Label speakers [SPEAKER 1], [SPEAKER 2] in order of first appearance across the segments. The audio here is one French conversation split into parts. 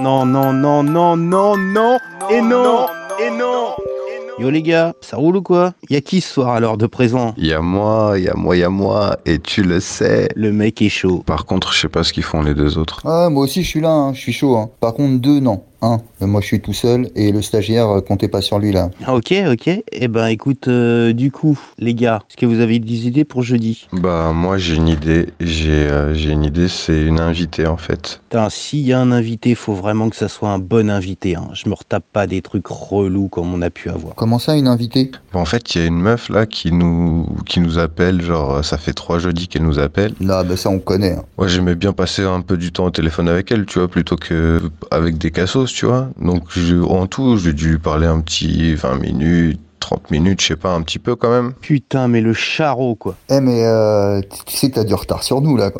[SPEAKER 1] Non, non, non, non, non, non, et non, et non.
[SPEAKER 2] Yo les gars, ça roule ou quoi Y'a qui ce soir alors de présent
[SPEAKER 3] Y'a moi, y'a moi, y'a moi, et tu le sais.
[SPEAKER 2] Le mec est chaud.
[SPEAKER 3] Par contre, je sais pas ce qu'ils font les deux autres.
[SPEAKER 4] Ah, moi aussi je suis là, hein, je suis chaud. hein. Par contre, deux, non. Un, euh, moi je suis tout seul et le stagiaire, euh, comptez pas sur lui là.
[SPEAKER 2] Ah, Ok, ok. Eh ben écoute, euh, du coup, les gars, est-ce que vous avez des idées pour jeudi
[SPEAKER 3] Bah moi j'ai une idée, j'ai euh, j'ai une idée, c'est une invitée en fait.
[SPEAKER 2] Putain, s'il y a un invité, faut vraiment que ça soit un bon invité. Hein. Je me retape pas des trucs relous comme on a pu avoir.
[SPEAKER 4] Comment ça, une invitée
[SPEAKER 3] Bah, en fait il y a une meuf là qui nous qui nous appelle, genre euh, ça fait trois jeudis qu'elle nous appelle.
[SPEAKER 4] Là, bah ça on connaît. hein.
[SPEAKER 3] Moi j'aimais bien passer un peu du temps au téléphone avec elle, tu vois, plutôt que avec des cassos, tu vois. Donc je- en tout j'ai dû parler un petit 20 minutes, 30 minutes, je sais pas, un petit peu quand même.
[SPEAKER 2] Putain, mais le charreau, quoi.
[SPEAKER 4] Eh mais euh, tu- tu sais que t'as du retard sur nous là.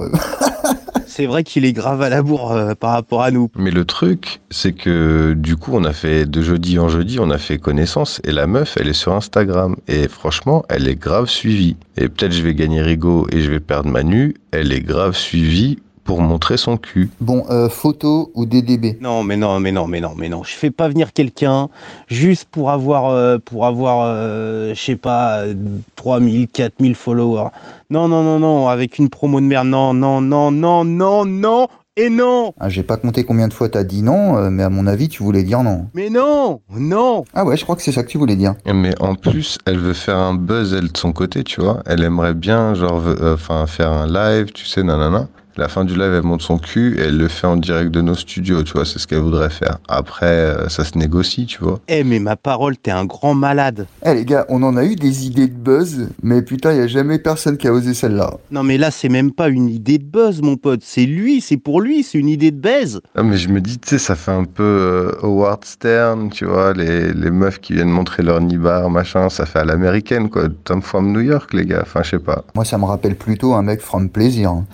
[SPEAKER 2] C'est vrai qu'il est grave à la bourre euh, par rapport à nous.
[SPEAKER 3] Mais le truc, c'est que du coup, on a fait de jeudi en jeudi, on a fait connaissance et la meuf, elle est sur Instagram et franchement, elle est grave suivie. Et peut-être je vais gagner Rigo et je vais perdre Manu, elle est grave suivie pour montrer son cul.
[SPEAKER 4] Bon, euh, photo ou DDB
[SPEAKER 2] Non, mais non, mais non, mais non, mais non. Je fais pas venir quelqu'un juste pour avoir, euh, pour avoir, euh, je sais pas, euh, 3000, 4000 followers. Non, non, non, non, avec une promo de merde. Non, non, non, non, non, non, et non.
[SPEAKER 4] Ah, J'ai pas compté combien de fois t'as dit non, euh, mais à mon avis tu voulais dire non.
[SPEAKER 2] Mais non, non.
[SPEAKER 4] Ah ouais, je crois que c'est ça que tu voulais dire.
[SPEAKER 3] Mais en plus, elle veut faire un buzz, elle, de son côté, tu vois. Elle aimerait bien, genre, euh, enfin, faire un live, tu sais, nanana. La fin du live, elle monte son cul et elle le fait en direct de nos studios, tu vois. C'est ce qu'elle voudrait faire. Après, euh, ça se négocie, tu vois.
[SPEAKER 2] Eh, mais ma parole, t'es un grand malade.
[SPEAKER 4] Eh les gars, on en a eu des idées de buzz, mais putain, y a jamais personne qui a osé celle-là.
[SPEAKER 2] Non, mais là, c'est même pas une idée de buzz, mon pote. C'est lui, c'est pour lui, c'est une idée de baise.
[SPEAKER 3] Ah, mais je me dis, tu sais, ça fait un peu euh, Howard Stern, tu vois, les, les meufs qui viennent montrer leur nibar, machin, ça fait à l'américaine, quoi. Tom from New York, les gars, enfin, je sais pas.
[SPEAKER 4] Moi, ça me rappelle plutôt un mec from plaisir. hein.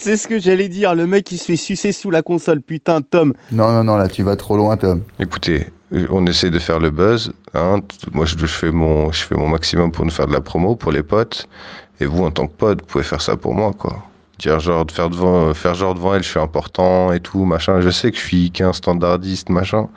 [SPEAKER 2] c'est ce que j'allais dire. Le mec, il se fait sucer sous la console. Putain, Tom.
[SPEAKER 4] Non, non, non, là, tu vas trop loin, Tom.
[SPEAKER 3] Écoutez, euh, on essaie de faire le buzz, hein. T- Moi, je, je fais mon, je fais mon maximum pour nous faire de la promo, pour les potes. Et vous, en tant que pote, vous pouvez faire ça pour moi, quoi. Dire genre, de faire devant, euh, faire genre devant elle, je suis important et tout, machin. Je sais que je suis qu'un standardiste, machin.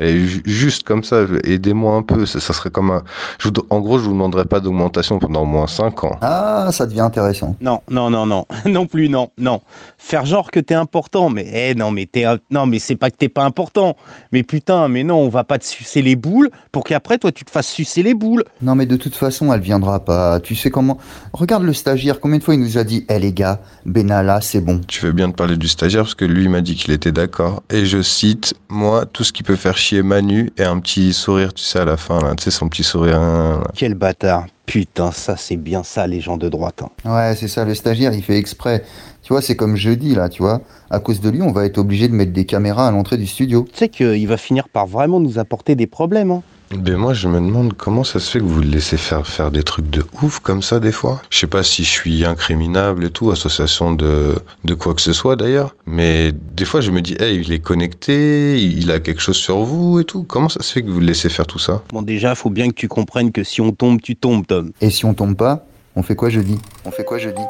[SPEAKER 3] Et ju- juste comme ça, je- aidez-moi un peu. Ça, ça serait comme un. je vous de- en gros, je vous demanderai pas d'augmentation pendant au moins 5 ans.
[SPEAKER 4] Ah, ça devient intéressant.
[SPEAKER 2] Non, non, non, non, non plus, non, non. Faire genre que t'es important, mais eh non, mais t'es, un- non, mais c'est pas que t'es pas important. Mais putain, mais non, on va pas te sucer les boules pour qu'après toi tu te fasses sucer les boules.
[SPEAKER 4] Non, mais de toute façon, elle viendra pas. Tu sais comment. Regarde le stagiaire, combien de fois il nous a dit Eh les gars, Benalla, c'est bon.
[SPEAKER 3] Tu veux bien te parler du stagiaire parce que lui il m'a dit qu'il était d'accord. Et je cite, moi, tout ce qui peut faire chier Manu et un petit sourire, tu sais, à la fin, là, tu sais, son petit sourire. hein, là.
[SPEAKER 2] Quel bâtard. Putain, ça c'est bien ça les gens de droite. hein.
[SPEAKER 4] Ouais, c'est ça, le stagiaire, il fait exprès. Tu vois, c'est comme jeudi, là, tu vois. À cause de lui, on va être obligé de mettre des caméras à l'entrée du studio.
[SPEAKER 2] Tu sais qu'il va finir par vraiment nous apporter des problèmes. hein.
[SPEAKER 3] Mais moi, je me demande comment ça se fait que vous le laissez faire faire des trucs de ouf comme ça des fois. Je sais pas si je suis incriminable et tout, association de, de quoi que ce soit d'ailleurs. Mais des fois, je me dis, hey, il est connecté, il a quelque chose sur vous et tout. Comment ça se fait que vous le laissez faire tout ça
[SPEAKER 2] Bon déjà, faut bien que tu comprennes que si on tombe, tu tombes, Tom.
[SPEAKER 4] Et si on tombe pas, on fait quoi jeudi On fait quoi jeudi